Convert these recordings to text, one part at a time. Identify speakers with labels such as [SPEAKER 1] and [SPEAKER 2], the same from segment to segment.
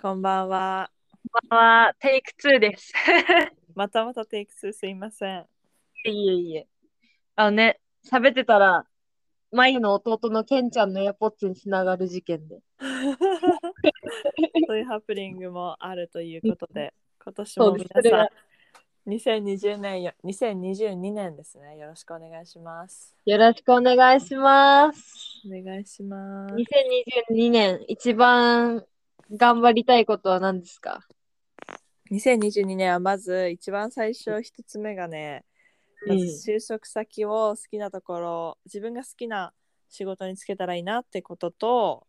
[SPEAKER 1] こんばんは。
[SPEAKER 2] こんばんは、テイク2です。
[SPEAKER 1] またまたテイク2すいません。
[SPEAKER 2] いえいえ。あのね、喋ってたら、マユの弟のケンちゃんのエアポッツにつながる事件で。
[SPEAKER 1] そういうハプニングもあるということで、今年も
[SPEAKER 2] そうですそれ
[SPEAKER 1] 皆
[SPEAKER 2] が
[SPEAKER 1] さん、2020年よ、2022年ですね。よろしくお願いします。
[SPEAKER 2] よろしくお願いします。
[SPEAKER 1] お願いします。
[SPEAKER 2] 2022年、一番頑張りたいことは何ですか
[SPEAKER 1] 2022年はまず一番最初一つ目がね、まず
[SPEAKER 2] うん
[SPEAKER 1] 就職先を好きなところ自分が好きな仕事に就けたらいいなってことと、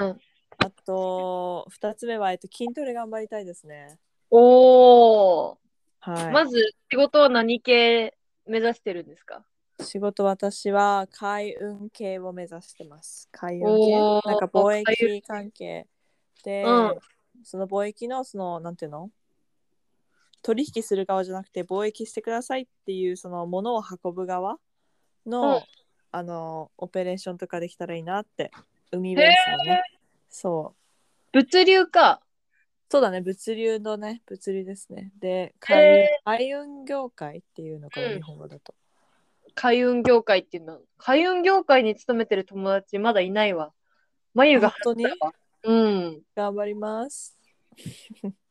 [SPEAKER 2] うん
[SPEAKER 1] あと2つ目は、えっと、筋トレ頑張りたいですね。
[SPEAKER 2] おー。
[SPEAKER 1] はい、
[SPEAKER 2] まず、仕事は何系目指してるんですか
[SPEAKER 1] 仕事私は開運系を目指してます。開運系
[SPEAKER 2] おー
[SPEAKER 1] なんか貿易関係で、
[SPEAKER 2] うん
[SPEAKER 1] その貿易のそのなんていうの取引する側じゃなくて貿易してくださいっていうそのものを運ぶ側の、
[SPEAKER 2] うん
[SPEAKER 1] あのオペレーションとかできたらいいなって海ベースのね、そう
[SPEAKER 2] 物流か。
[SPEAKER 1] そうだね物流のね物流ですねで開運,、
[SPEAKER 2] へ
[SPEAKER 1] 開運業界っていうのかな、
[SPEAKER 2] うん
[SPEAKER 1] 日本語だと
[SPEAKER 2] 海運業界っていうの。海運業界に勤めてる友達まだいないわ。眉が
[SPEAKER 1] 本当に
[SPEAKER 2] うん。
[SPEAKER 1] 頑張ります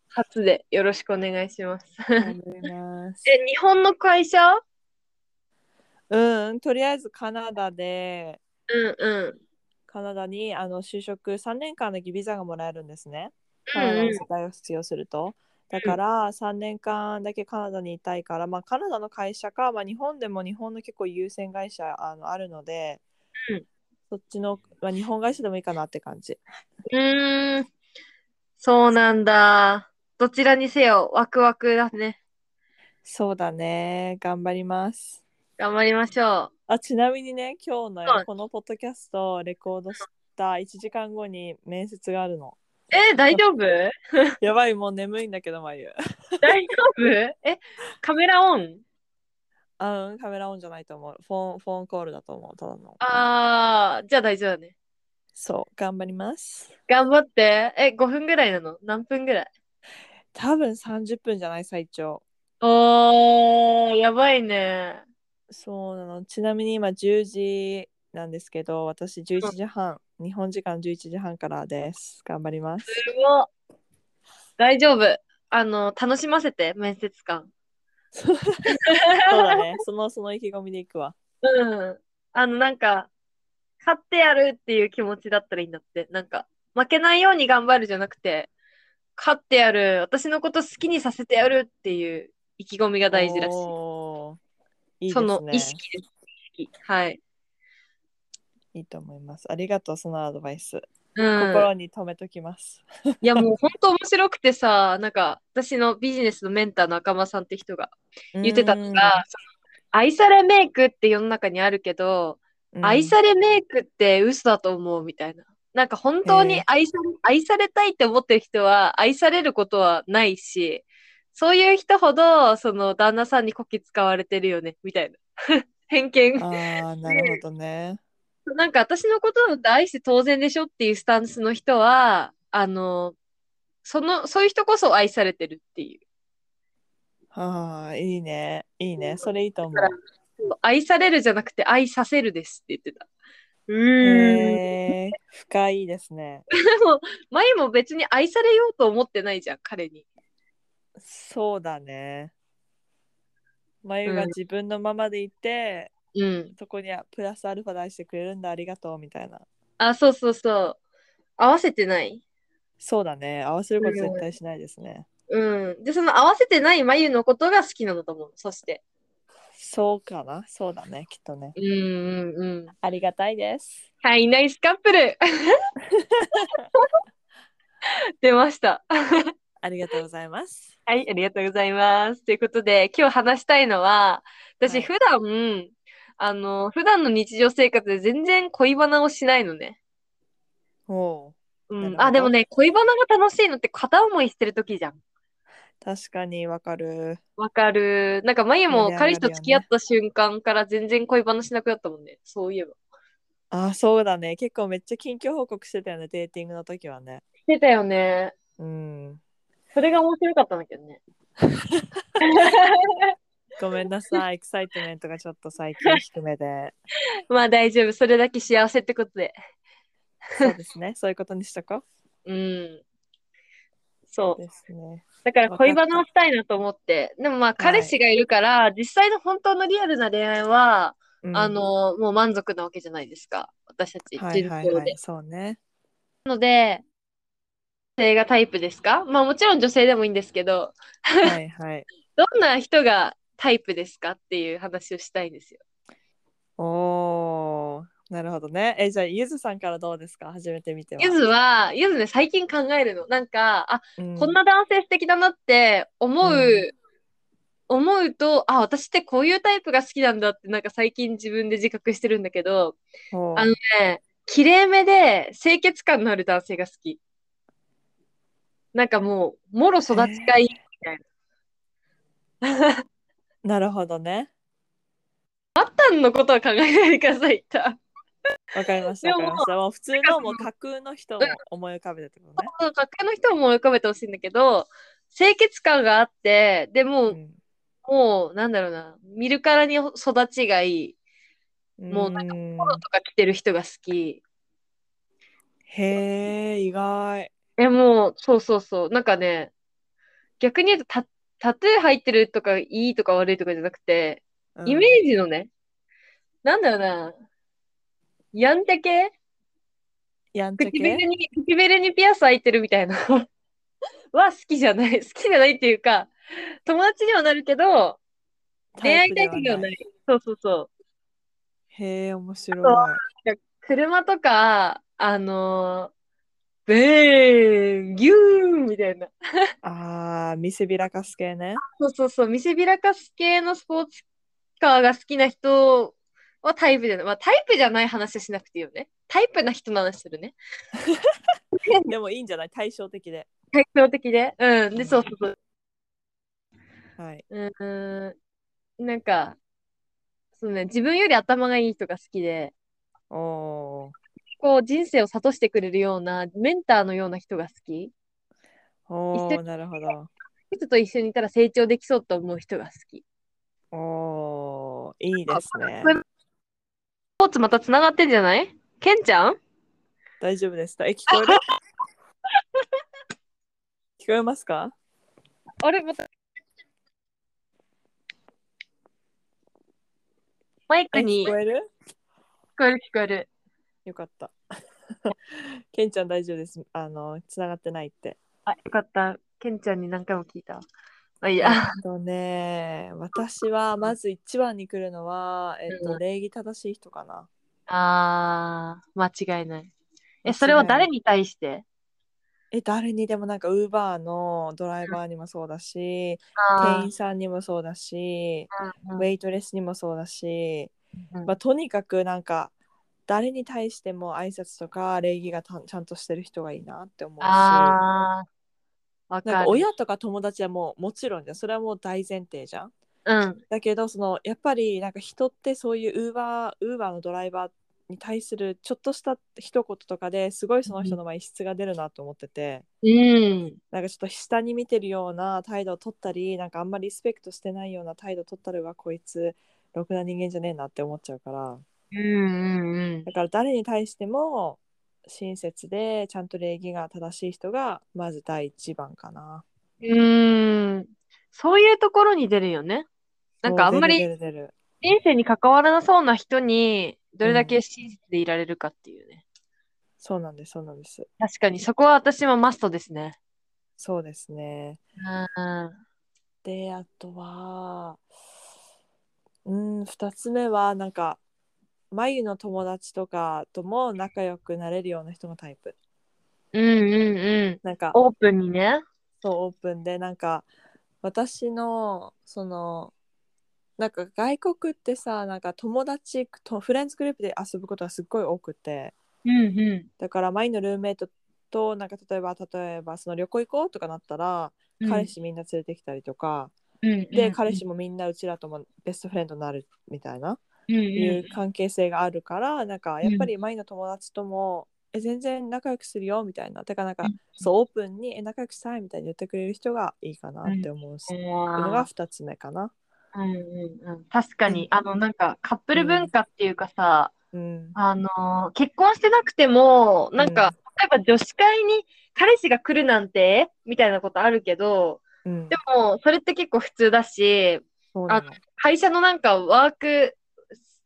[SPEAKER 2] 初でよろしくお願いします。
[SPEAKER 1] 頑張ります。
[SPEAKER 2] え、日本の会社
[SPEAKER 1] うん、とりあえずカナダで、
[SPEAKER 2] うんう
[SPEAKER 1] カナダにあの就職3年間のビザがもらえるんですね。カナダ
[SPEAKER 2] ん。
[SPEAKER 1] の大学卒業すると。だから3年間だけカナダにいたいから、まあ、カナダの会社か、まあ、日本でも日本の結構優先会社あのあるので、
[SPEAKER 2] うん
[SPEAKER 1] そっちの、まあ、日本会社でもいいかなって感じ。
[SPEAKER 2] うん。うーん。そうなんだ。どちらにせよ、ワクワクだね。
[SPEAKER 1] そうだね、頑張ります。
[SPEAKER 2] 頑張りましょ
[SPEAKER 1] あちなみにね、今日の
[SPEAKER 2] はい
[SPEAKER 1] このポッドキャストをレコードした1時間後に面接があるの。
[SPEAKER 2] う。え、大丈夫
[SPEAKER 1] やばい、もう眠いんだけど、まゆ。
[SPEAKER 2] 大丈夫 え、カメラオン
[SPEAKER 1] あうん、カメラオンじゃないと思う。フォン、フォンコールだと思う。ただの。
[SPEAKER 2] あー、じゃあ大丈夫だね。
[SPEAKER 1] そう、頑張ります。
[SPEAKER 2] 頑張って。え、5分ぐらいなの何分ぐらい
[SPEAKER 1] 多分30分じゃない、最長。
[SPEAKER 2] おー、やばいね。
[SPEAKER 1] そうなの。ちなみに今10時なんですけど、私11時半、日本時間11時半からです。頑張ります。
[SPEAKER 2] すごっ大丈夫。あの、楽しませて、面接官。
[SPEAKER 1] そうだね。 その、その意気込みでいくわ。
[SPEAKER 2] うん。あの、なんか、勝ってやるっていう気持ちだったらいいんだって。なんか、負けないように頑張るじゃなくて、勝ってやる、私のこと好きにさせてやるっていう意気込みが大事らしい。
[SPEAKER 1] おーいい
[SPEAKER 2] その
[SPEAKER 1] で
[SPEAKER 2] 意
[SPEAKER 1] すね。
[SPEAKER 2] 識です。意識はい。
[SPEAKER 1] いいと思います。ありがとう、そのアドバイス。
[SPEAKER 2] うん。
[SPEAKER 1] 心に留めときます。
[SPEAKER 2] いや、もう本当面白くてさ、なんか、私のビジネスのメンターの赤間さんって人が言ってたのが、その愛されメイクって世の中にあるけど、
[SPEAKER 1] うん、
[SPEAKER 2] 愛されメイクって嘘だと思うみたいな。なんか本当
[SPEAKER 1] へ
[SPEAKER 2] に
[SPEAKER 1] ー
[SPEAKER 2] 愛さ愛されたいって思ってる人は愛されることはないし、そういう人ほどその旦那さんにこき使われてるよねみたいな。 偏見。
[SPEAKER 1] ああ、なるほどね。
[SPEAKER 2] なんか私のことなんて愛して当然でしょっていうスタンスの人は、あの、その、そういう人こそ愛されてるっていう。
[SPEAKER 1] ああ、いいね。いいね。それいいと思
[SPEAKER 2] だか
[SPEAKER 1] う。
[SPEAKER 2] 愛されるじゃなくて愛させるですって言ってた。うーん。
[SPEAKER 1] へえ、深いですね。
[SPEAKER 2] でも、前も別に愛されようと思ってないじゃん、彼に。
[SPEAKER 1] そうだね。眉が
[SPEAKER 2] うん
[SPEAKER 1] 自分のままでいて、
[SPEAKER 2] うん。
[SPEAKER 1] そこにはプラスアルファ出してくれるんだ、ありがとうみたいな。
[SPEAKER 2] あ、そうそうそう。合わせてない。
[SPEAKER 1] そうだね。合わせること絶対しないですね。
[SPEAKER 2] うん。で、その合わせてない眉のことが好きなのと思う。そして。
[SPEAKER 1] そうかな。そうだね、きっとね。
[SPEAKER 2] うんうんうん。
[SPEAKER 1] ありがたいです。
[SPEAKER 2] はい、ナイスカップ ル出ました。
[SPEAKER 1] ありがとうございます。
[SPEAKER 2] はい、ありがとうございます。ということで、今日話したいのは、
[SPEAKER 1] は
[SPEAKER 2] 私
[SPEAKER 1] い
[SPEAKER 2] 普段、あの、普段の日常生活で全然恋バナをしないのね。
[SPEAKER 1] おう
[SPEAKER 2] う
[SPEAKER 1] なる
[SPEAKER 2] ん。
[SPEAKER 1] ほど
[SPEAKER 2] あ、でもね、恋バナが楽しいのって片思いしてる時じゃん。
[SPEAKER 1] 確かにわかる。
[SPEAKER 2] わかる。なんか、まゆ
[SPEAKER 1] 盛
[SPEAKER 2] も
[SPEAKER 1] り上がるよね
[SPEAKER 2] 彼氏と付き合った瞬間から全然恋バナしなくなったもんね。そういえば。
[SPEAKER 1] ああ、そうだね。結構めっちゃ近況報告してたよね、デーティングの時はね。
[SPEAKER 2] てたよね。
[SPEAKER 1] うん、
[SPEAKER 2] それが面白かったんだけどね。
[SPEAKER 1] ごめんなさい、エクサイトメントがちょっと最近低め で。
[SPEAKER 2] まあ大丈夫。それだけ幸せってことで。
[SPEAKER 1] そうですね、そういうことにしとこ。
[SPEAKER 2] うん。そうう。
[SPEAKER 1] ですね。
[SPEAKER 2] だから恋バナをしたいなと思って。でもまあ彼氏がいるから、実際の本当のリアルな恋愛は、
[SPEAKER 1] うん
[SPEAKER 2] あ、の、もう満足なわけじゃないですか。私たち、
[SPEAKER 1] はい
[SPEAKER 2] 人
[SPEAKER 1] は
[SPEAKER 2] 生
[SPEAKER 1] いは
[SPEAKER 2] で
[SPEAKER 1] い、。そうね。
[SPEAKER 2] 女性がタイプですかまあもちろん女性でもいいんですけど、
[SPEAKER 1] はいはい。
[SPEAKER 2] どんな人がタイプですかっていう話をしたいんですよ。
[SPEAKER 1] おー、なるほどね。え、じゃあ、ゆずさんからどうですか始めてみては。
[SPEAKER 2] ゆずは、ゆずね、最近考えるの。なんか、あ、
[SPEAKER 1] うん、
[SPEAKER 2] こんな男性素敵だなって思う、
[SPEAKER 1] う
[SPEAKER 2] 思うと、あ、私ってこういうタイプが好きなんだって、なんか最近自分で自覚してるんだけど、
[SPEAKER 1] ほう
[SPEAKER 2] あのね、綺麗めで清潔感のある男性が好き。なんかもう、もろ育ちがいいみたいな。
[SPEAKER 1] なるほどね。
[SPEAKER 2] 普段のことは考えないでください、一旦。
[SPEAKER 1] わかりました。わか
[SPEAKER 2] でも
[SPEAKER 1] りました。もう普通のもう架空の人も思い浮かべてってことね。
[SPEAKER 2] そう学会の人を思い浮かべてほしいんだけど、清潔感があって、でもう、もう、なんだろうな、見るからに育ちがいい、
[SPEAKER 1] うん
[SPEAKER 2] もうなんか
[SPEAKER 1] うん
[SPEAKER 2] 黒とか着てる人が好き。
[SPEAKER 1] へえ、意外。
[SPEAKER 2] え、もう、そうそうそう、なんかね、逆に言うとタ、タトゥー入ってるとか、いいとか悪いとかじゃなくて、イメージのね、なんだろうな、やんちゃ系
[SPEAKER 1] ジやんちゃ系。
[SPEAKER 2] 唇に、唇にピアス開いてるみたいな は好きじゃない。好きじゃないっていうか、友達にはなるけど、恋愛対象ではないい。そうそうそう。
[SPEAKER 1] へえ、面白
[SPEAKER 2] あと
[SPEAKER 1] い。
[SPEAKER 2] 車とか、あのー、ベーン、ギューンみたいな。
[SPEAKER 1] ああ、見せびらかす系ね。
[SPEAKER 2] そうそうそう、見せびらかす系のスポーツカーが好きな人はタイプじゃない。まあタイプじゃない話はしなくていいよね。タイプな人の話するね。
[SPEAKER 1] でもいいんじゃない対照的で。
[SPEAKER 2] 対照的で。うん。で、そうそうそう。
[SPEAKER 1] はい。
[SPEAKER 2] うーん、なんか、そうね、自分より頭がいい人が好きで、
[SPEAKER 1] おお
[SPEAKER 2] こう人生を諭してくれるようなメンターのような人が好き。
[SPEAKER 1] ー。お
[SPEAKER 2] 一緒
[SPEAKER 1] お、なるほど。
[SPEAKER 2] 人と一緒にいたら成長できそうと思う人が好き。
[SPEAKER 1] おおー、いいです ね。
[SPEAKER 2] スポーツまたつながってんじゃないケンちゃん
[SPEAKER 1] 大丈夫ですかえ、聞こえる 聞こえますか
[SPEAKER 2] あれまた。マイ
[SPEAKER 1] え
[SPEAKER 2] クに
[SPEAKER 1] 聞
[SPEAKER 2] 聞
[SPEAKER 1] こえる
[SPEAKER 2] こえる聞こえる。
[SPEAKER 1] よかった。 ケンちゃん大丈夫です。あの、つながってないって。
[SPEAKER 2] あ、よかった。ケンちゃんに何回も聞いた。まあいい
[SPEAKER 1] え
[SPEAKER 2] や。
[SPEAKER 1] っとね、私はまず一番に来るのは、えっ
[SPEAKER 2] う
[SPEAKER 1] と、礼儀正しい人かな。
[SPEAKER 2] あー、間違いな
[SPEAKER 1] 間違
[SPEAKER 2] い。
[SPEAKER 1] いな
[SPEAKER 2] え、
[SPEAKER 1] い
[SPEAKER 2] それは誰に対して
[SPEAKER 1] え、誰にでもなんか、ウーバーのドライバーにもそうだし、店
[SPEAKER 2] あ
[SPEAKER 1] 員さんにもそうだし、
[SPEAKER 2] ー
[SPEAKER 1] ウェイトレスにもそうだし、
[SPEAKER 2] うん
[SPEAKER 1] まあ、とにかくなんか誰に対しても挨拶とか礼儀がたちゃんとしてる人がいいなって思うしな
[SPEAKER 2] ああ、わ
[SPEAKER 1] ん
[SPEAKER 2] か
[SPEAKER 1] か
[SPEAKER 2] る。
[SPEAKER 1] 親とか友達はもうもちろんじゃんそれはもう大前提じゃん。
[SPEAKER 2] うん、
[SPEAKER 1] だけどそのやっぱりなんか人ってそういうウーバーウーバーのドライバーに対するちょっとした一言とかですごいその人の前に質が出るなと思ってて。
[SPEAKER 2] うん、
[SPEAKER 1] なんかちょっと下に見てるような態度を取ったりなんかあんまりリスペクトしてないような態度を取ったりはこいつろくな人間じゃねえなって思っちゃうから
[SPEAKER 2] うん、うん
[SPEAKER 1] だから誰に対しても親切でちゃんと礼儀が正しい人がまず第一番かな。
[SPEAKER 2] うん、うん。そういうところに出るよね。なんかあんま
[SPEAKER 1] 出
[SPEAKER 2] り
[SPEAKER 1] る出る出る
[SPEAKER 2] 人生に関わらなそうな人にどれだけ親切でいられるかっていうね。
[SPEAKER 1] そうなんですそうなんです
[SPEAKER 2] 確かにそこは私もマストですね。
[SPEAKER 1] そうですね。
[SPEAKER 2] うん。
[SPEAKER 1] であとはうん2つ目はなんか眉の友達とかとも仲良くなれるような人のタイプ。
[SPEAKER 2] うんうんうん。
[SPEAKER 1] なんか
[SPEAKER 2] オープンにね。
[SPEAKER 1] そうオープンでなんか私のそのなんか外国ってさなんか友達とフレンズグループで遊ぶことがすっごい多くて
[SPEAKER 2] うんう
[SPEAKER 1] だから前のルームメイトとなんか例えば例えばその旅行行こうとかなったら、
[SPEAKER 2] ん。
[SPEAKER 1] 彼氏みんな連れてきたりとか、
[SPEAKER 2] うんうんうん
[SPEAKER 1] で彼氏もみんなうちらともベストフレンドになるみたいな、
[SPEAKER 2] うん
[SPEAKER 1] いう
[SPEAKER 2] う
[SPEAKER 1] 関係性があるからなんかやっぱり前の友達ともえ全然仲良くするよみたいなだからなんか、
[SPEAKER 2] うん
[SPEAKER 1] そうオープンにえ仲良くしたいみたいに言ってくれる人がいいかなって思うし、のが2つ目かな。
[SPEAKER 2] うんうんうん、確かに、
[SPEAKER 1] うん
[SPEAKER 2] あの、なんか、カップル文化っていうかさ、
[SPEAKER 1] うん、
[SPEAKER 2] あのー結婚してなくても、なんか、例えば女子会に彼氏が来るなんて、みたいなことあるけど、
[SPEAKER 1] うん
[SPEAKER 2] でも、それって結構普通だし、
[SPEAKER 1] そうなの
[SPEAKER 2] 会社のなんか、ワーク、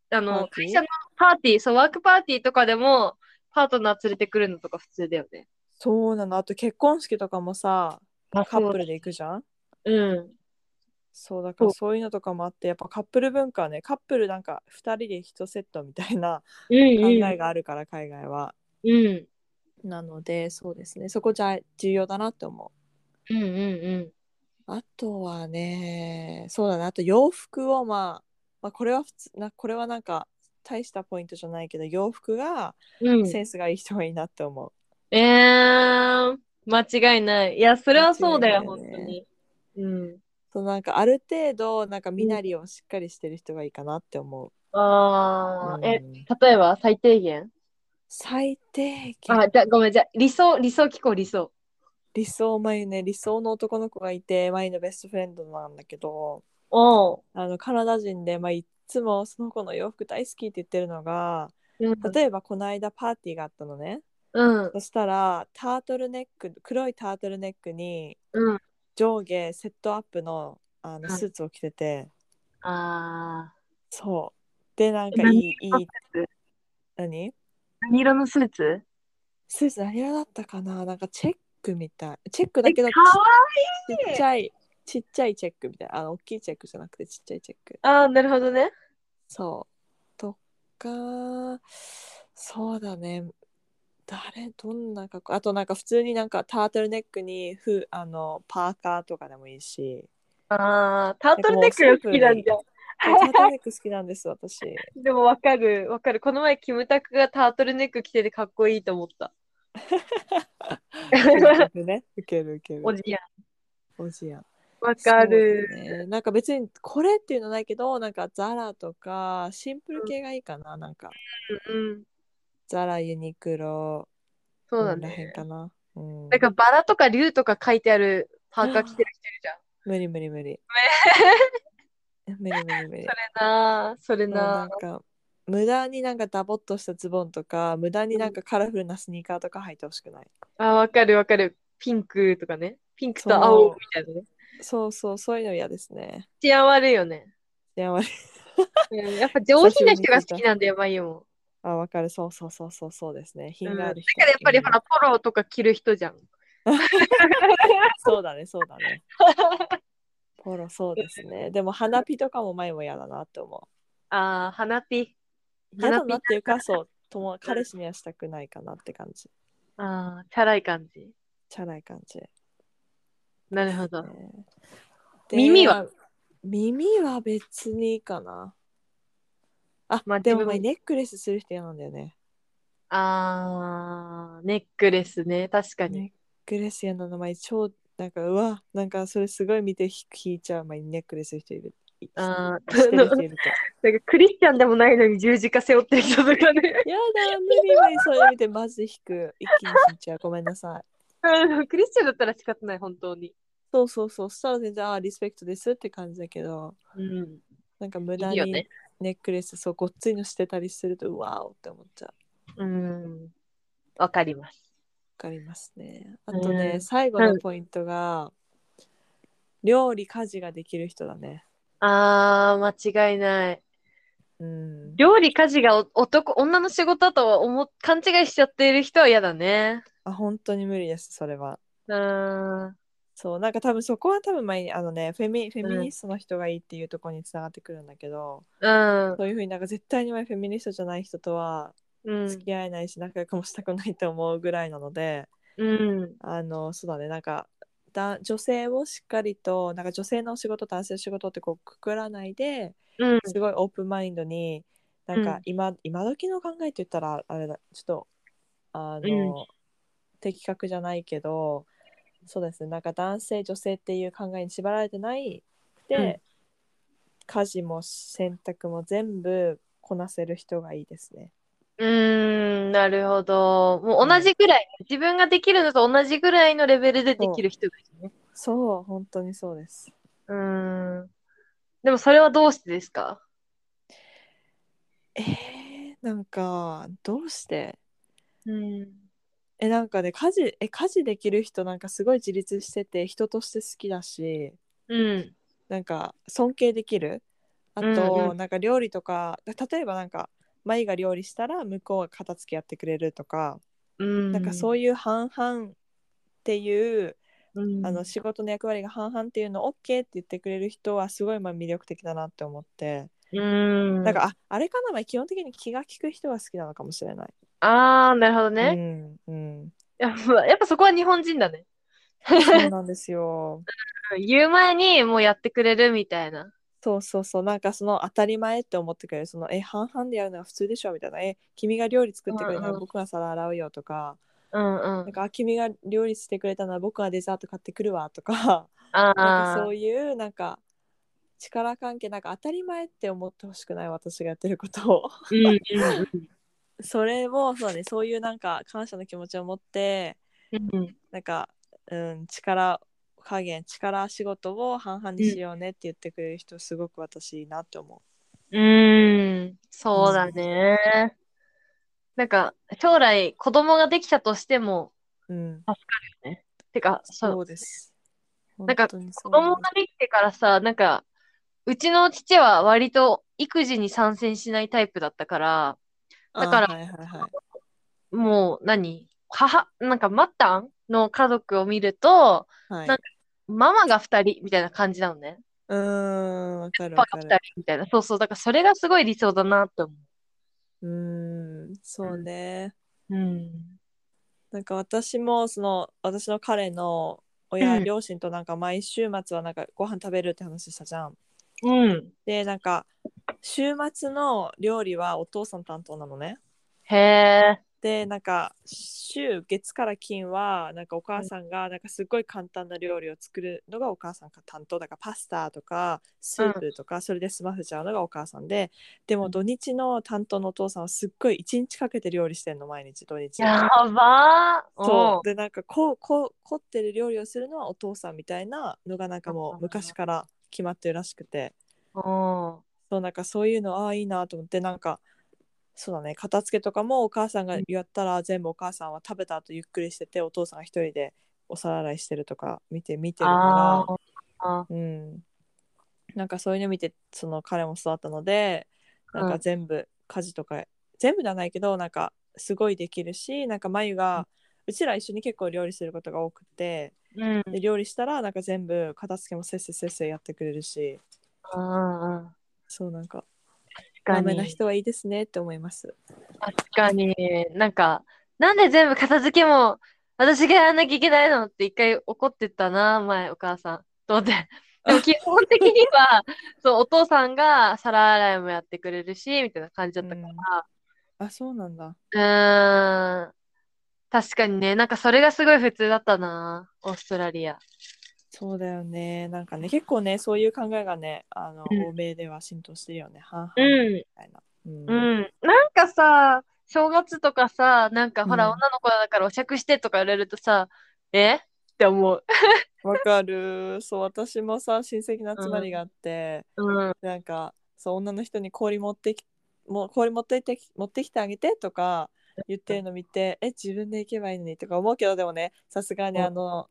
[SPEAKER 2] あ
[SPEAKER 1] パー
[SPEAKER 2] の、
[SPEAKER 1] ティー
[SPEAKER 2] 会社のパーティー、そう、ワークパーティーとかでも、パートナー連れてくるのとか普通だよね。
[SPEAKER 1] そうなのあと結婚式とかもさ
[SPEAKER 2] あ
[SPEAKER 1] カップルで行くじゃん
[SPEAKER 2] うん。
[SPEAKER 1] そうだからそういうのとかもあってやっぱカップル文化はねカップルなんか2人で1セットみたいな
[SPEAKER 2] う
[SPEAKER 1] 考
[SPEAKER 2] ん、
[SPEAKER 1] えがあるから、海外は。
[SPEAKER 2] うん。うん。
[SPEAKER 1] なのでそうですねそこじゃ重要だなって思う。
[SPEAKER 2] うんうんうん。
[SPEAKER 1] あとはね、そうだな、あと洋服を、まあ、まあ、これは普通な、これはなんか大したポイントじゃないけど、洋服が
[SPEAKER 2] うん
[SPEAKER 1] センスがいい人がいいなって思う。
[SPEAKER 2] えー、間違いない。いや、それはそうだ
[SPEAKER 1] 間
[SPEAKER 2] よ、
[SPEAKER 1] 違い
[SPEAKER 2] 本当
[SPEAKER 1] ないよ
[SPEAKER 2] に。うん。
[SPEAKER 1] そうなんかある程度、なんか身なりをしっかりしてる人がいいかなって思う。
[SPEAKER 2] あー、え、
[SPEAKER 1] うん
[SPEAKER 2] 例えば最低限
[SPEAKER 1] 最低限
[SPEAKER 2] あ、じゃあごめん、じゃあ理想、理想聞こう、理想。
[SPEAKER 1] 理想、まゆね、理想の男の子がいて、まゆのベストフレンドなんだけど、
[SPEAKER 2] おう。
[SPEAKER 1] あのカナダ人で、まあ、いっつもその子の洋服大好きって言ってるのが、
[SPEAKER 2] うん。
[SPEAKER 1] 例えばこの間パーティーがあったのね。
[SPEAKER 2] うん。
[SPEAKER 1] そしたらタートルネック黒いタートルネックに
[SPEAKER 2] うん。
[SPEAKER 1] 上下セットアップのあの
[SPEAKER 2] うん
[SPEAKER 1] スーツを着てて、
[SPEAKER 2] あ
[SPEAKER 1] そうでなんかい
[SPEAKER 2] 何
[SPEAKER 1] いいい
[SPEAKER 2] ー。
[SPEAKER 1] 何
[SPEAKER 2] 何色のスーツ
[SPEAKER 1] スーツ何色だったかななんかチェックみたいチェックだ
[SPEAKER 2] え、
[SPEAKER 1] け
[SPEAKER 2] か
[SPEAKER 1] ど
[SPEAKER 2] わ
[SPEAKER 1] ち
[SPEAKER 2] いい
[SPEAKER 1] ちっちゃいちっちゃいチェックみたいなあの大きいチェックじゃなくてちっちゃいチェック
[SPEAKER 2] あー、なるほどね。
[SPEAKER 1] そうとかそうだね誰どんな格好あとなんか普通になんかタートルネックにふあのパーカーとかでもいいし
[SPEAKER 2] あー、タートルネックが好きなんじゃん。
[SPEAKER 1] そうタートルネック好きなんです私
[SPEAKER 2] でもわかる、わかる。この前、キムタクがタートルネック着ててかっこいいと思 った。
[SPEAKER 1] ね受ける受ける
[SPEAKER 2] おじやん。
[SPEAKER 1] おじやん
[SPEAKER 2] わかる。
[SPEAKER 1] そうだねなんか別にこれっていうのないけどなんかザラとかシンプル系がいいかななんか
[SPEAKER 2] うん。
[SPEAKER 1] ザラユニクロ
[SPEAKER 2] そうだ
[SPEAKER 1] このらへ
[SPEAKER 2] ね。
[SPEAKER 1] んかな、うん、
[SPEAKER 2] なんかバラとか竜とか書いてあるパーカー着てる人いるじゃん。
[SPEAKER 1] 無理無理無理 無理無理無理
[SPEAKER 2] それなあそれ
[SPEAKER 1] そうな
[SPEAKER 2] なん
[SPEAKER 1] か無駄になんかダボっとしたズボンとか無駄になんかカラフルなスニーカーとか履いてほしくない、
[SPEAKER 2] あ。あ、わかるわかる。ピンクとかね。ピンクと
[SPEAKER 1] そう
[SPEAKER 2] 青みたいなね。
[SPEAKER 1] そうそうそういうの嫌ですね
[SPEAKER 2] 治安悪いよね。
[SPEAKER 1] いやまあ
[SPEAKER 2] うん、やっぱ上品な人が好きなんだよ、マイオンも。
[SPEAKER 1] あ、わかる。そうそうそうそうそうですね。
[SPEAKER 2] うん、
[SPEAKER 1] 品が
[SPEAKER 2] だ
[SPEAKER 1] あ
[SPEAKER 2] か
[SPEAKER 1] る人。
[SPEAKER 2] らやっぱり
[SPEAKER 1] うん
[SPEAKER 2] ほら、ポロとか着る人じゃん。
[SPEAKER 1] そうだね、そうだね。ポロそうですね。でも花火とかも前も嫌だなって思
[SPEAKER 2] ああ、花火。
[SPEAKER 1] う。嫌だ
[SPEAKER 2] 花
[SPEAKER 1] なっ
[SPEAKER 2] 火
[SPEAKER 1] ていうか、そう、友彼氏にはしたくないかなって感じ。
[SPEAKER 2] ああ、チャラい感じ。
[SPEAKER 1] チャラい感じ。
[SPEAKER 2] なるほ ど。
[SPEAKER 1] ねで
[SPEAKER 2] 耳は
[SPEAKER 1] 耳は別にいいかな。あ、
[SPEAKER 2] まあ
[SPEAKER 1] で
[SPEAKER 2] 自
[SPEAKER 1] も
[SPEAKER 2] 分
[SPEAKER 1] 前ネックレスする人嫌なんだよね。
[SPEAKER 2] ああ、ネックレスね。確かに。
[SPEAKER 1] ネックレス嫌なの前超なんかうわなんかそれすごい見てひ引いちゃう前にネックレスする人いる。い
[SPEAKER 2] ああ、
[SPEAKER 1] してる人いると。
[SPEAKER 2] なんかクリスチャンでもないのに十字架背負ってる人とかね。
[SPEAKER 1] やだ、無理無理、それ見て、マジで引く。一気に引いちゃう。ごめんなさい。
[SPEAKER 2] うんクリスチャンだったら仕方ない、本当に。
[SPEAKER 1] そうそうそう。そしたら全然、あーリスペクトですって感じだけど、
[SPEAKER 2] うん。
[SPEAKER 1] なんか無駄
[SPEAKER 2] いいよ
[SPEAKER 1] に
[SPEAKER 2] ね
[SPEAKER 1] ネックレス、そう、ごっついのしてたりすると、うわーおって思っちゃう。わ
[SPEAKER 2] うん。わかります。
[SPEAKER 1] かりますね。あとね、
[SPEAKER 2] うん
[SPEAKER 1] 最後のポイントが、料理、家事ができる人だね。
[SPEAKER 2] あー、間違いない。
[SPEAKER 1] うん。
[SPEAKER 2] 料理、家事がお男、女の仕事だと思っ勘違いしちゃっている人は嫌だね。
[SPEAKER 1] あ、本当に無理です、それは。
[SPEAKER 2] うん。
[SPEAKER 1] そう、なんか多分そこは多分前に、あのね、フェミフェミニストの人がいいっていうところにつながってくるんだけど、
[SPEAKER 2] うん。
[SPEAKER 1] そういうふうになんか絶対に前フェミニストじゃない人とは、
[SPEAKER 2] うん。
[SPEAKER 1] 付き合えないし仲良くもしたくないと思うぐらいなので
[SPEAKER 2] うん。
[SPEAKER 1] あのそうだねなんかだ女性をしっかりとなんか女性のお仕事男性の仕事ってこうくくらないで
[SPEAKER 2] うん。
[SPEAKER 1] すごいオープンマインドになん
[SPEAKER 2] うん
[SPEAKER 1] か今,、今時の考えって言ったらあれだちょっとあの、的確じゃないけどそうですねなんか男性女性っていう考えに縛られてないで、
[SPEAKER 2] うん
[SPEAKER 1] 家事も洗濯も全部こなせる人がいいですね。
[SPEAKER 2] うーん、なるほど。もう同じぐらい、自分ができるのと同じぐらいのレベルでできる人がいるね。
[SPEAKER 1] そう本当にそうです
[SPEAKER 2] うーん。でもそれはどうしてですか
[SPEAKER 1] えー、なんかどうして
[SPEAKER 2] うん。
[SPEAKER 1] えなんかね家事え家事できる人なんかすごい自立してて人として好きだし
[SPEAKER 2] うん。
[SPEAKER 1] なんか尊敬できるあと、
[SPEAKER 2] うんう
[SPEAKER 1] なんか料理とか例えばなんか舞が料理したら向こうが片付けやってくれるとか、
[SPEAKER 2] うん。
[SPEAKER 1] なんかそういう半々っていう、
[SPEAKER 2] うん。
[SPEAKER 1] あの仕事の役割が半々っていうの OK って言ってくれる人はすごいまあ魅力的だなって思って、
[SPEAKER 2] うん。
[SPEAKER 1] なんかああれかな、まあ、基本的に気が利く人が好きなのかもしれない。
[SPEAKER 2] ああ、なるほどね。
[SPEAKER 1] うんう ん、
[SPEAKER 2] やっぱ、やっぱそこは日本人だね。
[SPEAKER 1] そうなんですよ。
[SPEAKER 2] うん言う前にもうやってくれるみたいな。
[SPEAKER 1] そうそうそうなんかその当たり前って思ってくれるそのえ半々でやるのが普通でしょみたいなえ君が料理作ってくれた
[SPEAKER 2] うん
[SPEAKER 1] ら
[SPEAKER 2] うん
[SPEAKER 1] 僕が皿洗うよとか、
[SPEAKER 2] うんうん
[SPEAKER 1] なん。かあ君が料理してくれたなら僕がデザート買ってくるわとか
[SPEAKER 2] あ
[SPEAKER 1] なんか
[SPEAKER 2] あ
[SPEAKER 1] そういうなんか力関係なんか当たり前って思ってほしくない私がやってることを
[SPEAKER 2] ー、うんうん
[SPEAKER 1] それをそう,、ね、そういうなんか感謝の気持ちを持って
[SPEAKER 2] うん。うん
[SPEAKER 1] なんか、うん、力加減力仕事を半々にしようねって言ってくれる人すごく私いいなって思う。
[SPEAKER 2] うーん、そうだね。なんか、将来子供ができたとしても、
[SPEAKER 1] うん
[SPEAKER 2] てか、そう、
[SPEAKER 1] そうです。
[SPEAKER 2] なんか
[SPEAKER 1] 本当にそ
[SPEAKER 2] 子
[SPEAKER 1] うなん
[SPEAKER 2] 供
[SPEAKER 1] で
[SPEAKER 2] ができてからさ、なんか、うちの父は割と育児に参戦しないタイプだったから、
[SPEAKER 1] す
[SPEAKER 2] だから
[SPEAKER 1] あーはいはいはい。
[SPEAKER 2] もう何母、なんか末端の家族を見ると、
[SPEAKER 1] はい、
[SPEAKER 2] なんママが二人みたいな感じなのね。
[SPEAKER 1] うーん、わかる
[SPEAKER 2] パ
[SPEAKER 1] わ
[SPEAKER 2] パ
[SPEAKER 1] か
[SPEAKER 2] が
[SPEAKER 1] る
[SPEAKER 2] 二。人みたいな。そうそう、だからそれがすごい理想だなって思
[SPEAKER 1] うーん、そうね。
[SPEAKER 2] う。うん。
[SPEAKER 1] なんか私も、その、私の彼の親、
[SPEAKER 2] うん
[SPEAKER 1] 両親となんか毎週末はなんかご飯食べるって話したじゃん。
[SPEAKER 2] うん。
[SPEAKER 1] で、なんか、週末の料理はお父さん担当なのね。
[SPEAKER 2] へえ。
[SPEAKER 1] で、なんか、週、月から金は、なんかお母さんが、なんかすごい簡単な料理を作るのがお母さんが担当。だからパスタとか、スープとか、それで済ませちゃうのがお母さんで、でも土日の担当のお父さんはすっごい一日かけて料理してんの、毎日、土日。
[SPEAKER 2] やばー。
[SPEAKER 1] そう。で、なんかこう、こう、凝ってる料理をするのはお父さんみたいなのが、なんかもう昔から決まってるらしくて。
[SPEAKER 2] うん。
[SPEAKER 1] そうなんかそういうのああいいなと思ってなんかそうだね片付けとかもお母さんがやったら全部お母さんは食べた後ゆっくりしててお父さんが一人でお皿洗いしてるとか見て見てる
[SPEAKER 2] あ
[SPEAKER 1] から
[SPEAKER 2] あ、
[SPEAKER 1] うんなんかそういうの見てその彼も育ったのでなん
[SPEAKER 2] う
[SPEAKER 1] か
[SPEAKER 2] ん
[SPEAKER 1] 全部家事とか全部ではないけどなんかすごいできるしなんか眉がうちら一緒に結構料理することが多くて
[SPEAKER 2] うん。
[SPEAKER 1] で料理したらなんか全部片付けもせっせせっせやってくれるし
[SPEAKER 2] うんうん。
[SPEAKER 1] そうなんか
[SPEAKER 2] 確か
[SPEAKER 1] ダメな
[SPEAKER 2] に。
[SPEAKER 1] 人はいいですねって思います。
[SPEAKER 2] 確かに。なんか、なんで全部片付けも私がやらなきゃいけないのって一回怒ってたな、前、お母さん。ど うで。でも基本的には、そう、お父さんが皿洗いもやってくれるし、みたいな感じだったか
[SPEAKER 1] あ、そうなんだ。
[SPEAKER 2] ら。うーん。確かにね、なんかそれがすごい普通だったな、オーストラリア。
[SPEAKER 1] そうだよね。なんかね、結構ね、そういう考えがね、あの、
[SPEAKER 2] うん
[SPEAKER 1] 欧米では浸透してるよね。半々み
[SPEAKER 2] うん。
[SPEAKER 1] たいな。うん
[SPEAKER 2] うん、なんかさ、正月とかさ、なんかほら、
[SPEAKER 1] うん
[SPEAKER 2] 女の子だからお酌してとか言われるとさ、えって思う。
[SPEAKER 1] わかる。そう、私もさ、親戚の集まりがあって、
[SPEAKER 2] うん、
[SPEAKER 1] なんか、そう、女の人に氷持ってき、もう氷持ってって、持ってきてあげてとか言ってるの見て、え、自分で行けばいいのにとか思うけど、でもね、さすがに
[SPEAKER 2] うん
[SPEAKER 1] あの、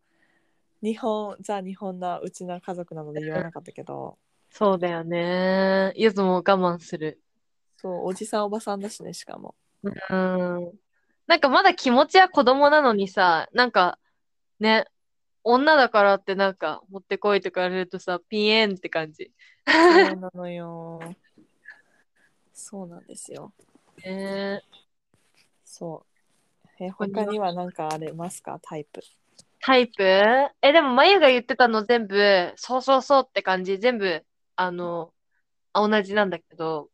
[SPEAKER 1] 日本、ザ・日本のうちの家族なので言わなかったけど、
[SPEAKER 2] そうだよね。ゆずも我慢する。
[SPEAKER 1] そう、おじさん、おばさんだしね、しか も。
[SPEAKER 2] うん。なんかまだ気持ちは子供なのにさ、なんかね、女だからってなんか持ってこいとか言われるとさ、ピエンって感じ。
[SPEAKER 1] そうなのよ。そうなんですよ。
[SPEAKER 2] ね
[SPEAKER 1] そう。え、
[SPEAKER 2] こには
[SPEAKER 1] 他には何かありますかタイプ。
[SPEAKER 2] タイプえ、でも、まゆが言ってたの全部、そうそうそうって感じ、全部、あの、同じなんだけど、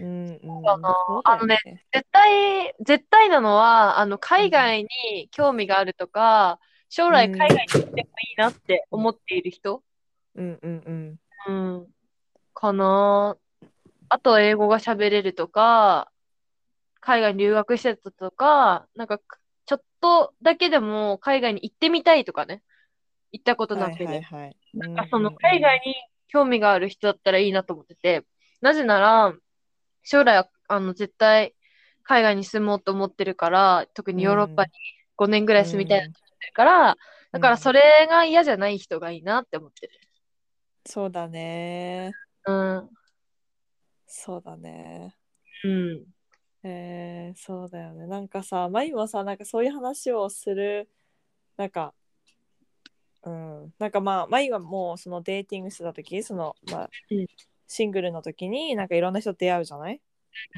[SPEAKER 1] うんうん、うん。
[SPEAKER 2] だな
[SPEAKER 1] そうだよね。
[SPEAKER 2] 絶対、絶対なのは、あの、海外に興味があるとか、将来海外に行ってもいいなって思っている人、
[SPEAKER 1] うんうんうん。
[SPEAKER 2] うん、かな。あと、英語が喋れるとか、海外に留学してたとか、なんか、ちょっとだけでも海外に行ってみたいとかね、行ったことなくて、
[SPEAKER 1] はいはいはい。
[SPEAKER 2] なんかその海外に興味がある人だったらいいなと思ってて、なぜなら、将来はあの絶対海外に住もうと思ってるから、特にヨーロッパに5年ぐらい住みたいなと思ってるから、だからそ
[SPEAKER 1] れ、
[SPEAKER 2] れが嫌じゃない人がいいなって思ってる。
[SPEAKER 1] そうだね。
[SPEAKER 2] うん。
[SPEAKER 1] そうだね。
[SPEAKER 2] うん。
[SPEAKER 1] えー、そうだよね。なんかさ、まあ、今さ、なんかそういう話をする、なんか、うん、なんかまあ、まあ、今もうそのデーティングしてた時、その、まあ
[SPEAKER 2] うん、
[SPEAKER 1] シングルの時に、なんかいろんな人と出会うじゃない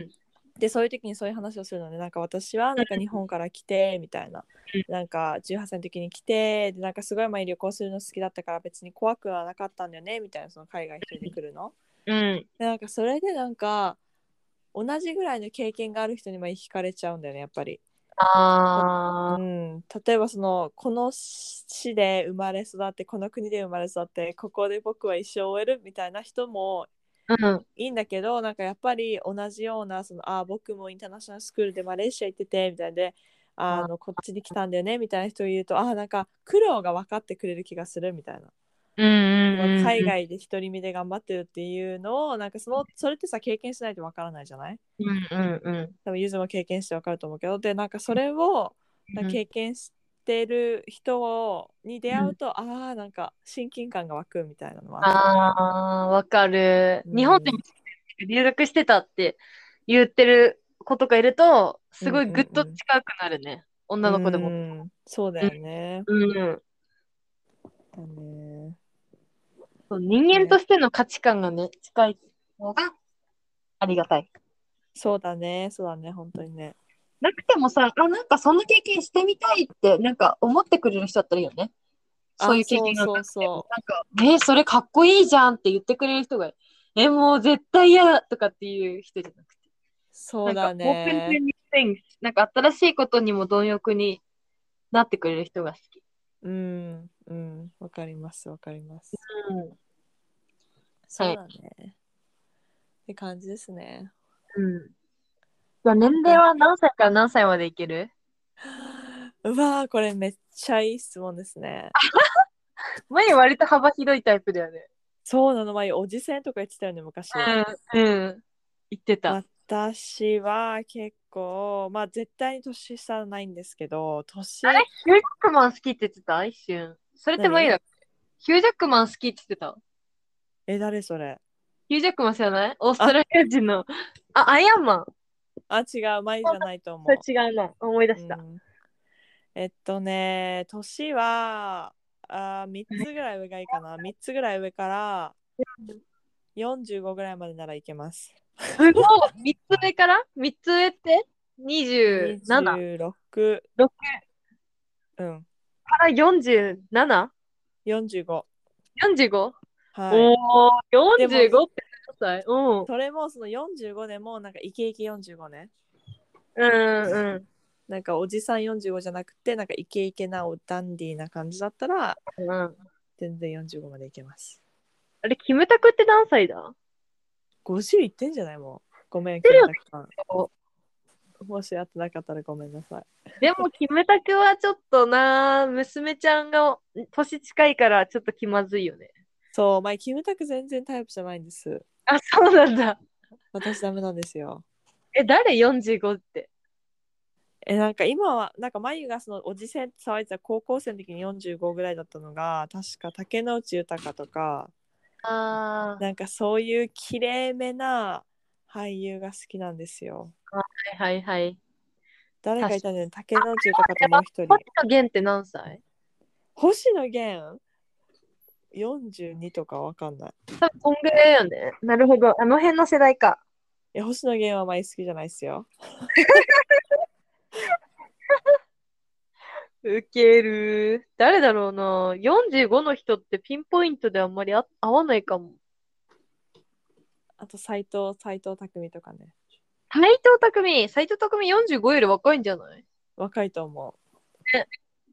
[SPEAKER 2] うん
[SPEAKER 1] で、そういう時にそういう話をするので、なんか私はなんか日本から来て、みたいな
[SPEAKER 2] うん。
[SPEAKER 1] なんか18歳の時に来て、で、なんかすごいまあ旅行するの好きだったから別に怖くはなかったんだよね、みたいな、その海外一人で来るの。
[SPEAKER 2] うん。
[SPEAKER 1] でなんかそれでなんか同じぐらいの経験がある人にも惹かれちゃうんだよねやっぱり、
[SPEAKER 2] あ
[SPEAKER 1] う
[SPEAKER 2] ー。
[SPEAKER 1] ん、例えばそのこの市で生まれ育ってこの国で生まれ育ってここで僕は一生終えるみたいな人も
[SPEAKER 2] うん。
[SPEAKER 1] いいんだけどなんかやっぱり同じようなそのあ僕もインターナショナルスクールでマレーシア行っててみたいでああのこっちに来たんだよねみたいな人を言うとあなんか苦労が分かってくれる気がするみたいな。
[SPEAKER 2] うんうんうんうん。
[SPEAKER 1] 海外で独り身で頑張ってるっていうのをなんかそのそれってさ経験しないとわからないじゃない
[SPEAKER 2] うんうんうん。
[SPEAKER 1] 多分ゆずも経験してわかると思うけどでなんかそれをなんか経験してる人をに出会うと、ああなんか親近感が湧くみたいなのはあ
[SPEAKER 2] ああ、わかる。
[SPEAKER 1] うん
[SPEAKER 2] 日本でも留学してたって言ってる子とかいると、すごいぐっと近くなるね。
[SPEAKER 1] る
[SPEAKER 2] 女の子で
[SPEAKER 1] う
[SPEAKER 2] も。
[SPEAKER 1] んそうだよね,、
[SPEAKER 2] うん。
[SPEAKER 1] だね
[SPEAKER 2] そう人間としての価値観がね、近いのがありがたい。
[SPEAKER 1] そうだねそうだね本当にね
[SPEAKER 2] なくてもさ、あ、なんかそんな経験してみたいって、なんか思ってくれる人だったらいいよね。そういう経験が
[SPEAKER 1] あそう
[SPEAKER 2] なくても
[SPEAKER 1] そ。
[SPEAKER 2] なんか、えーそれかっこいいじゃんって言ってくれる人が、えーもう絶対嫌だとかっていう人じゃなくて。
[SPEAKER 1] そう
[SPEAKER 2] な
[SPEAKER 1] だ
[SPEAKER 2] んか、オープン
[SPEAKER 1] ね
[SPEAKER 2] なんか新しいことにも貪欲になってくれる人が好き。
[SPEAKER 1] うんうんわかりますわかります
[SPEAKER 2] う
[SPEAKER 1] そうだね、って感じですね
[SPEAKER 2] ん。うん。じゃあ、年齢は何歳から何歳までいける
[SPEAKER 1] うわーこれめっちゃいい質問ですね。
[SPEAKER 2] 前割と幅広いタイプだよね。
[SPEAKER 1] そうなの前おじせんとか言ってたよね昔。
[SPEAKER 2] うん。うん。言ってた。
[SPEAKER 1] 私は結構まあ絶対に年下はないんですけど年
[SPEAKER 2] あれヒュージャックマン好きって言ってた一瞬。それって前だっけヒュージャックマン好きって言ってた
[SPEAKER 1] え誰それ
[SPEAKER 2] ヒュージャックマン知らないオーストラリア人の。あ、アイアンマン。
[SPEAKER 1] あ違う前じゃないと思
[SPEAKER 2] そうれ。違うな。思い出した
[SPEAKER 1] う。んえっとね年はあ3つぐらい上がいいかな3つぐらい上から45ぐらいまでならいけます。
[SPEAKER 2] すごい !3 つ上から ?3 つ上って27から
[SPEAKER 1] 26
[SPEAKER 2] 六
[SPEAKER 1] うん、
[SPEAKER 2] 47?45?
[SPEAKER 1] 45。はい、
[SPEAKER 2] おお、45って
[SPEAKER 1] でも
[SPEAKER 2] 何歳うん。うん
[SPEAKER 1] それもその45でもなんかイケイケ45ね
[SPEAKER 2] うん
[SPEAKER 1] なんかおじさん45じゃなくてなんかイケイケなおダンディーな感じだったら
[SPEAKER 2] うん。
[SPEAKER 1] 全然45までいけます
[SPEAKER 2] あれ、キムタクって何歳だ
[SPEAKER 1] 50いってんじゃないもうごめん
[SPEAKER 2] てるよ
[SPEAKER 1] 木村さんもしやってなかったらごめんなさい
[SPEAKER 2] でも、キムタクはちょっとな、娘ちゃんが年近いからちょっと気まずいよね。
[SPEAKER 1] そう前キムタク全然タイプじゃないんです
[SPEAKER 2] あ、そうなんだ。
[SPEAKER 1] 私ダメなんですよ
[SPEAKER 2] え、誰 ?45 って。
[SPEAKER 1] えなんか今はなんか眉がそのおじせんって騒いでた高校生の時に45ぐらいだったのが確か竹野内豊とか
[SPEAKER 2] あは
[SPEAKER 1] なんかそういうきれいめな俳優が好きなんですよ
[SPEAKER 2] いはいはい。
[SPEAKER 1] 誰かいたね竹野内豊ともう一人
[SPEAKER 2] 星野源って何歳
[SPEAKER 1] 星野源42とかわかんない
[SPEAKER 2] 多分こんぐらいよね。なるほど。あの辺の世代か。
[SPEAKER 1] いや星野源は前好きじゃないっすよ
[SPEAKER 2] ウケる。誰だろうな。45の人ってピンポイントであんまりあ合わないかも。
[SPEAKER 1] あと斎藤斎藤匠とかね
[SPEAKER 2] 斎藤匠、斎藤匠45より若いんじゃない
[SPEAKER 1] 若いと思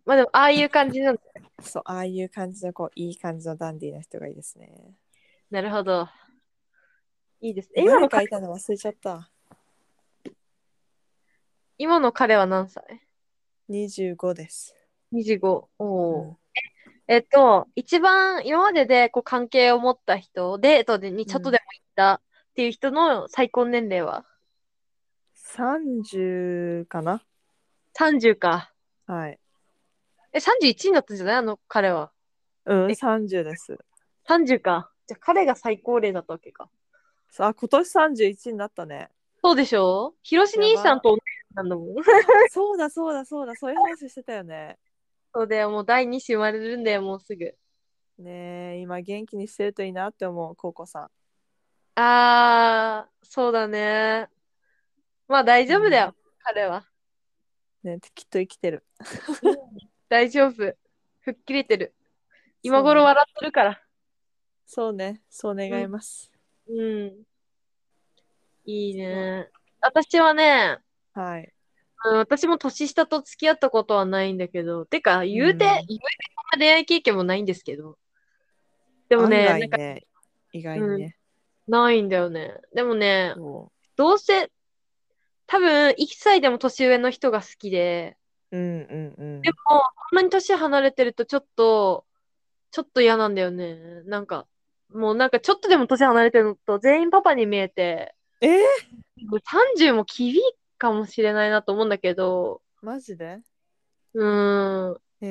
[SPEAKER 2] まあでも、ああいう感じなんだ。
[SPEAKER 1] うそうああいう感じのこういい感じのダンディーな人がいいですね
[SPEAKER 2] なるほど。いいですね。今
[SPEAKER 1] 今
[SPEAKER 2] の
[SPEAKER 1] の
[SPEAKER 2] か
[SPEAKER 1] 書いたの忘れちゃった
[SPEAKER 2] 今の彼は何歳
[SPEAKER 1] 25です。
[SPEAKER 2] ?25。おおー、
[SPEAKER 1] うん
[SPEAKER 2] えっと、一番今まででこう関係を持った人、デートでにちょっとでも行ったっていう人の最高年齢は
[SPEAKER 1] 30かな
[SPEAKER 2] ?30 か。
[SPEAKER 1] はい。
[SPEAKER 2] え、31になったんじゃないあの彼は。
[SPEAKER 1] うん、
[SPEAKER 2] え
[SPEAKER 1] 30です。
[SPEAKER 2] 30か。じゃあ彼が最高齢だったわけか。
[SPEAKER 1] さあ、今年31になったね。
[SPEAKER 2] そうでしょヒロシ兄さんと同じなんだもん。
[SPEAKER 1] そうだそうだそうだ、そういう話してたよね。
[SPEAKER 2] そうだよ、もう第2子生まれるんだよ、もうすぐ。
[SPEAKER 1] ねえ、今元気にしてるといいなって思う、ココさん。
[SPEAKER 2] あー、そうだね。まあ大丈夫だよ、
[SPEAKER 1] うん
[SPEAKER 2] 彼は。
[SPEAKER 1] ね、きっと生きてる。
[SPEAKER 2] 大丈夫。吹っ切れてる。今頃笑ってるから。
[SPEAKER 1] そうね、そう願います。
[SPEAKER 2] うん。いいね。私はね、
[SPEAKER 1] はい。
[SPEAKER 2] うん、私も年下と付き合ったことはないんだけど、てか、言
[SPEAKER 1] うん
[SPEAKER 2] うて、言うてこんな恋愛経験もないんですけど。でもね、
[SPEAKER 1] 案
[SPEAKER 2] なん
[SPEAKER 1] 外
[SPEAKER 2] か、
[SPEAKER 1] ね、意外にね。
[SPEAKER 2] ないんだよね。でもね、
[SPEAKER 1] そ
[SPEAKER 2] どうせ、多分、1歳でも年上の人が好きで、
[SPEAKER 1] ううんうんうん。
[SPEAKER 2] でも、こんなに年離れてると、ちょっと、ちょっと嫌なんだよね。なんか、もうなんか、ちょっとでも年離れてるのと、全員パパに見えて、
[SPEAKER 1] えー、
[SPEAKER 2] 30も厳しいかもしれないなと思うんだけど、
[SPEAKER 1] マジで
[SPEAKER 2] うーん、
[SPEAKER 1] へ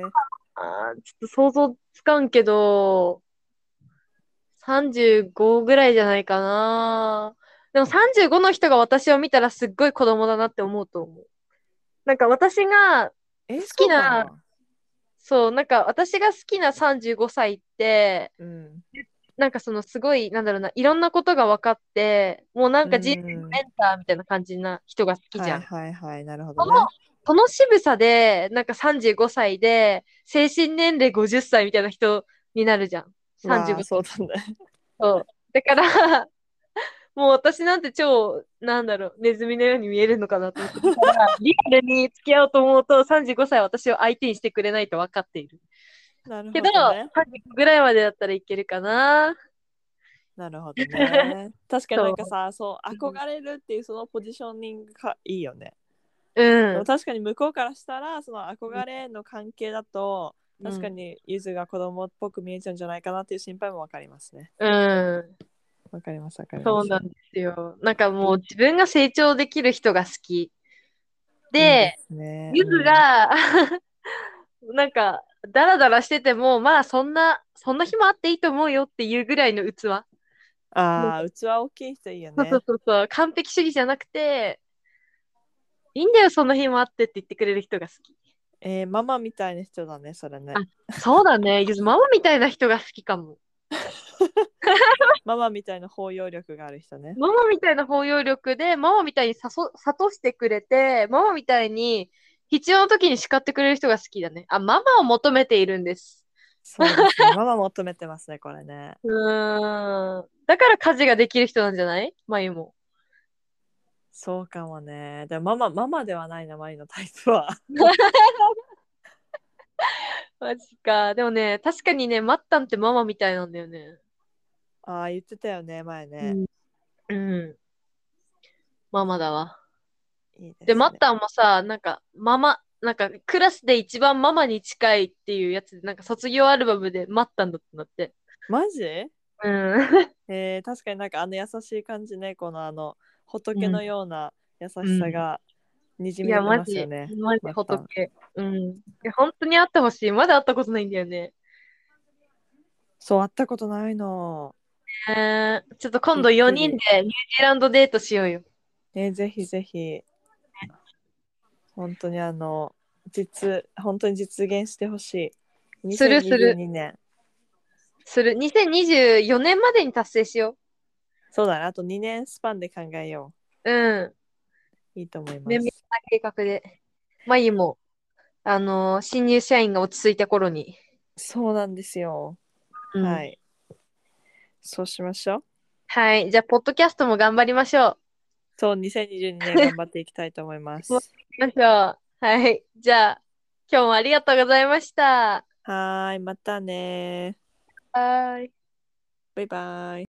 [SPEAKER 1] えー。
[SPEAKER 2] あーちょっと想像つかんけど、35ぐらいじゃないかな。でも35の人が私を見たらすっごい子供だなって思うと思う。なんか私が、
[SPEAKER 1] え
[SPEAKER 2] 好きなそう、なんか私が好きな35歳って、
[SPEAKER 1] そうなのうん。
[SPEAKER 2] なんかそのすごい、なんだろうな、いろんなことが分かって、もうなんか人生
[SPEAKER 1] う
[SPEAKER 2] の
[SPEAKER 1] ん
[SPEAKER 2] メンターみたいな感じな人が好きじゃん。
[SPEAKER 1] はいはいはい、なるほどね
[SPEAKER 2] そ。のこの渋さで、なんか35歳で、精神年齢50歳みたいな人になるじゃん。
[SPEAKER 1] まあ
[SPEAKER 2] 35歳。
[SPEAKER 1] そうだね。
[SPEAKER 2] そうだから、 もう私なんて超、なんだろう、ネズミのように見えるのかなと思って。だ からリアルに付き合おうと思うと、35歳は私を相手にしてくれないと分かっている。
[SPEAKER 1] なるほ
[SPEAKER 2] け
[SPEAKER 1] ど
[SPEAKER 2] ど、
[SPEAKER 1] ね。
[SPEAKER 2] 35ぐらいまでだったらいけるかな。
[SPEAKER 1] なるほどね。確かになんかさ、そう、
[SPEAKER 2] そう
[SPEAKER 1] 憧れるっていうそのポジショニングがいいよね。
[SPEAKER 2] うん。
[SPEAKER 1] でも確かに向こうからしたら、その憧れの関係だと、
[SPEAKER 2] うん
[SPEAKER 1] 確かにゆずが子供っぽく見えちゃうんじゃないかなっていう心配もわかりますね。
[SPEAKER 2] うん。
[SPEAKER 1] わかりますわかります。
[SPEAKER 2] そうなんですよ。なんかもう自分が成長できる人が好き。で、
[SPEAKER 1] いいすね、
[SPEAKER 2] ゆずが、 なんか、ダラダラしてても、まあ、そんな、そんな日もあっていいと思うよっていうぐらいの器。
[SPEAKER 1] うん、ああ、うちは大きい人いいよ
[SPEAKER 2] そう
[SPEAKER 1] ね
[SPEAKER 2] そう。そうそう、完璧主義じゃなくて、いいんだよ、そんな日もあってって言ってくれる人が好き。
[SPEAKER 1] えー、ママみたいな人だね、それね
[SPEAKER 2] あ。そうだね、ゆず、ママみたいな人が好きかも。
[SPEAKER 1] ママみたいな包容力がある人ね。
[SPEAKER 2] ママみたいな包容力で、ママみたいにさそ諭してくれて、ママみたいに必要な時に叱ってくれる人が好きだね。あ、ママを求めているんです。
[SPEAKER 1] そうですね。ママ求めてますね、これね。
[SPEAKER 2] うーん。だから家事ができる人なんじゃないまゆも。
[SPEAKER 1] そうかもね。でもママ、ママではないな、マリのタイプは。
[SPEAKER 2] マジか。でもね、確かにね、マッタンってママみたいなんだよね。
[SPEAKER 1] ああ、言ってたよね、前ね。
[SPEAKER 2] うん。うん。ママだわ。
[SPEAKER 1] いいですね
[SPEAKER 2] で、マッタンもさ、なんか、ママ、なんか、クラスで一番ママに近いっていうやつで、なんか、卒業アルバムでマッタンだったんだって。
[SPEAKER 1] マジえ
[SPEAKER 2] うん。
[SPEAKER 1] ー、確かになんかあの優しい感じね、このあの仏のような優しさがにじ
[SPEAKER 2] い
[SPEAKER 1] み出
[SPEAKER 2] や、
[SPEAKER 1] て
[SPEAKER 2] マ
[SPEAKER 1] ま
[SPEAKER 2] ジ
[SPEAKER 1] すよね。、
[SPEAKER 2] マジ
[SPEAKER 1] マッタン
[SPEAKER 2] 仏。うん。いや、本当に会ってほしい。まだ会ったことないんだよね。
[SPEAKER 1] そう、会ったことないの。
[SPEAKER 2] えー、ちょっと今度4人でニュージーランドデートしようよ。
[SPEAKER 1] ね、ぜひぜひ。本当にあの、実、本当に実現してほしい。
[SPEAKER 2] するする
[SPEAKER 1] 2022年。
[SPEAKER 2] する。2024年までに達成しよ
[SPEAKER 1] そうだね、あと2年スパンで考えよ
[SPEAKER 2] う。うん。
[SPEAKER 1] う。いいと思いま
[SPEAKER 2] 綿密
[SPEAKER 1] す。
[SPEAKER 2] な計画で。まゆも、あのー新入社員が落ち着いた頃に。
[SPEAKER 1] そうなんですよ。
[SPEAKER 2] うん
[SPEAKER 1] はい。そうしましょう。
[SPEAKER 2] はい。じゃあ、ポッドキャストも頑張りましょう。
[SPEAKER 1] そう、2022年頑張っていきたいと思いま す
[SPEAKER 2] も。行きましょう。はい。じゃあ、今日もありがとうございました。
[SPEAKER 1] はーい、またね
[SPEAKER 2] はい。
[SPEAKER 1] バイバイ。